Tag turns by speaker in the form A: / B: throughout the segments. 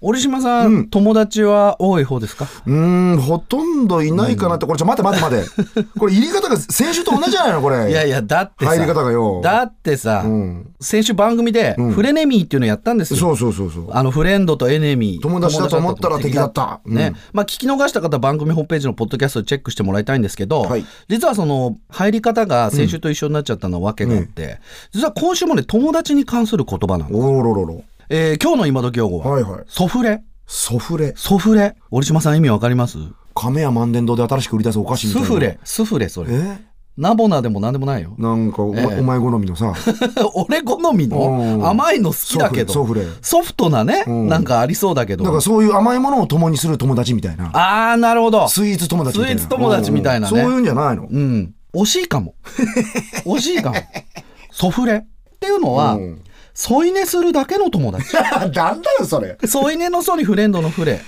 A: 折島さん、友達は多い方ですか
B: うーん、ほとんどいないかなって、これちょ、待て待て待 て。これ入り方が先週と同じじゃないのこれ。
A: いやいや、だってさ、
B: 入り方がよ
A: だってさ、
B: ん
A: 先週番組で、フレネミーっていうのやったんですよ。
B: そうそうそうそう。
A: あのフレンドとエネミー
B: 友達だと思ったら敵だっ
A: 友達だ
B: た
A: と思ったね、まあ聞き逃した方は番組ホームページのポッドキャストでチェックしてもらいたいんですけど、
B: はい
A: 実はその入り方が先週と一緒になっちゃったのはわけがあって、実は今週もね友達に関する言葉なの、
B: おろろろ。
A: えー今日の今時用語は、
B: はいはい。
A: ソフレ
B: ソフレ。
A: ソフレ折島さん意味わかります
B: 亀屋万年堂で新しく売り出すお菓子みたい
A: ス
B: な。
A: フレスフレそれ
B: え
A: ナボナでも何でもないよ
B: なんかお,、お前好みのさ。
A: 俺好み
B: うん
A: の甘いの好きだけど
B: ソフレソフレ
A: ソフトなね、
B: うん
A: なんかありそうだけど
B: だからそういう甘いものを共にする友達みたいな。
A: ああなるほど
B: スイーツ友達みたいな。
A: スイーツ友達みたいなね
B: うんうんそういうんじゃな いの。
A: うん。惜しいか も。惜しいかも。ソフレっていうのは、
B: うん
A: 添い寝するだけの友 達。
B: なんだよ、それ。
A: 添い寝の添にフレンドのフレ。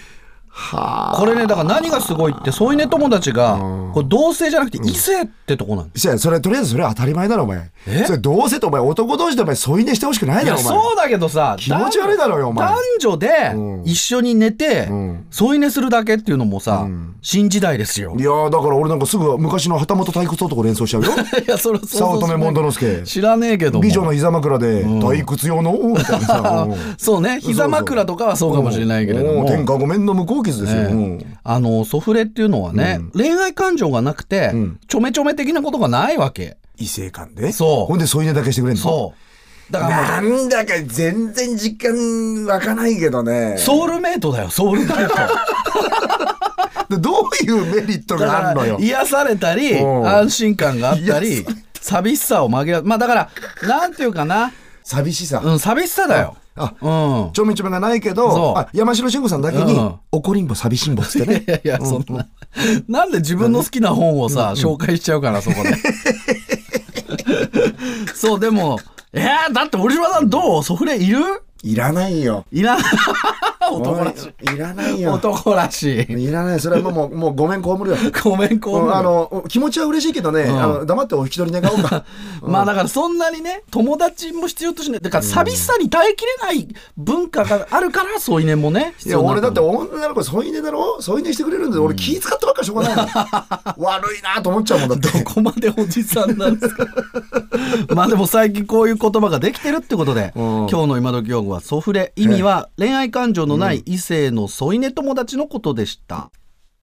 B: はあ。
A: これね、だから何がすごいって、添い寝友達が、これ同性じゃなくて異性ってとこなんです。
B: じゃあそれ、とりあえずそれは当たり前だろ、お前。
A: え
B: それ、どうせとお前、男同士でお前、添い寝してほしくない
A: い
B: だろ、
A: や、
B: お前。
A: そうだけどさ、
B: 気持ち悪いだろうよお前
A: 男女で
B: うん
A: 一緒に寝て
B: ん、
A: 添い寝するだけっていうのもさ
B: ん、
A: 新時代ですよ
B: い。やーだから俺なんかすぐ昔の旗本退屈男連想しちゃうよ。
A: いや、 それ想像
B: 早乙
A: しな
B: 女
A: い
B: モンドノスケ。
A: 知らねえけども。
B: 美女の膝枕で退屈用の、みたい なさ。うん
A: そうね、膝枕とかはそうかもしれないけれど
B: うん
A: も。
B: 天下ごめんの向こう傷ですよ。
A: ね
B: うん
A: あのソフレっていうのはね、恋愛感情がなくて、ちょめちょめ的なことがないわけ
B: 異性間で。
A: そう
B: ほんで添い寝だけしてくれんの。
A: そうだからもう
B: なんだか全然実感湧かないけどね
A: ソウルメイトだよソウルメイト
B: でどういうメリット
A: だ
B: があ
A: か
B: るの
A: ら
B: よ。
A: 癒されたり
B: うん
A: 安心感があった
B: 癒
A: り寂しさを紛らわまあだからなんていうかな、
B: 寂しさ。
A: うん、寂しさだよ
B: あ、
A: うん
B: ちょめちょめがないけ
A: そ
B: ど、
A: う
B: あ山城慎吾さんだけに
A: うん、
B: 怒りんぼ寂しんぼっつってね
A: い。やいやそんな、なんで自分の好きな本をさ、紹介しちゃうからそこでそうでもえー、だって折島さんどうソフレいる
B: いらないよ。
A: いらん男らしい。
B: いらないよ。
A: 男らしい。
B: いらない。それはも う、もうごめん、こむるよ。
A: ごめん、こ
B: うん
A: う。
B: あの、気持ちは嬉しいけどね、あの黙ってお引き取り願おう か。
A: まあだからそんなにね、友達も必要としない。だから寂しさに耐えきれない文化があるから、添い寝もね、
B: い
A: 必
B: や、
A: 要に
B: 俺
A: な
B: だ
A: っ
B: って
A: たの。
B: 女の子添い寝だろ添い寝してくれるんで、俺気使ってばっかりしょう がないの。悪いなと思っちゃうもんだって。
A: どこまでおじさんなんですか まあでも最近こういう言葉ができてるってことで、今日の今時用語はソフレ。意味は恋愛感情のない異性の添い寝友達のことでした。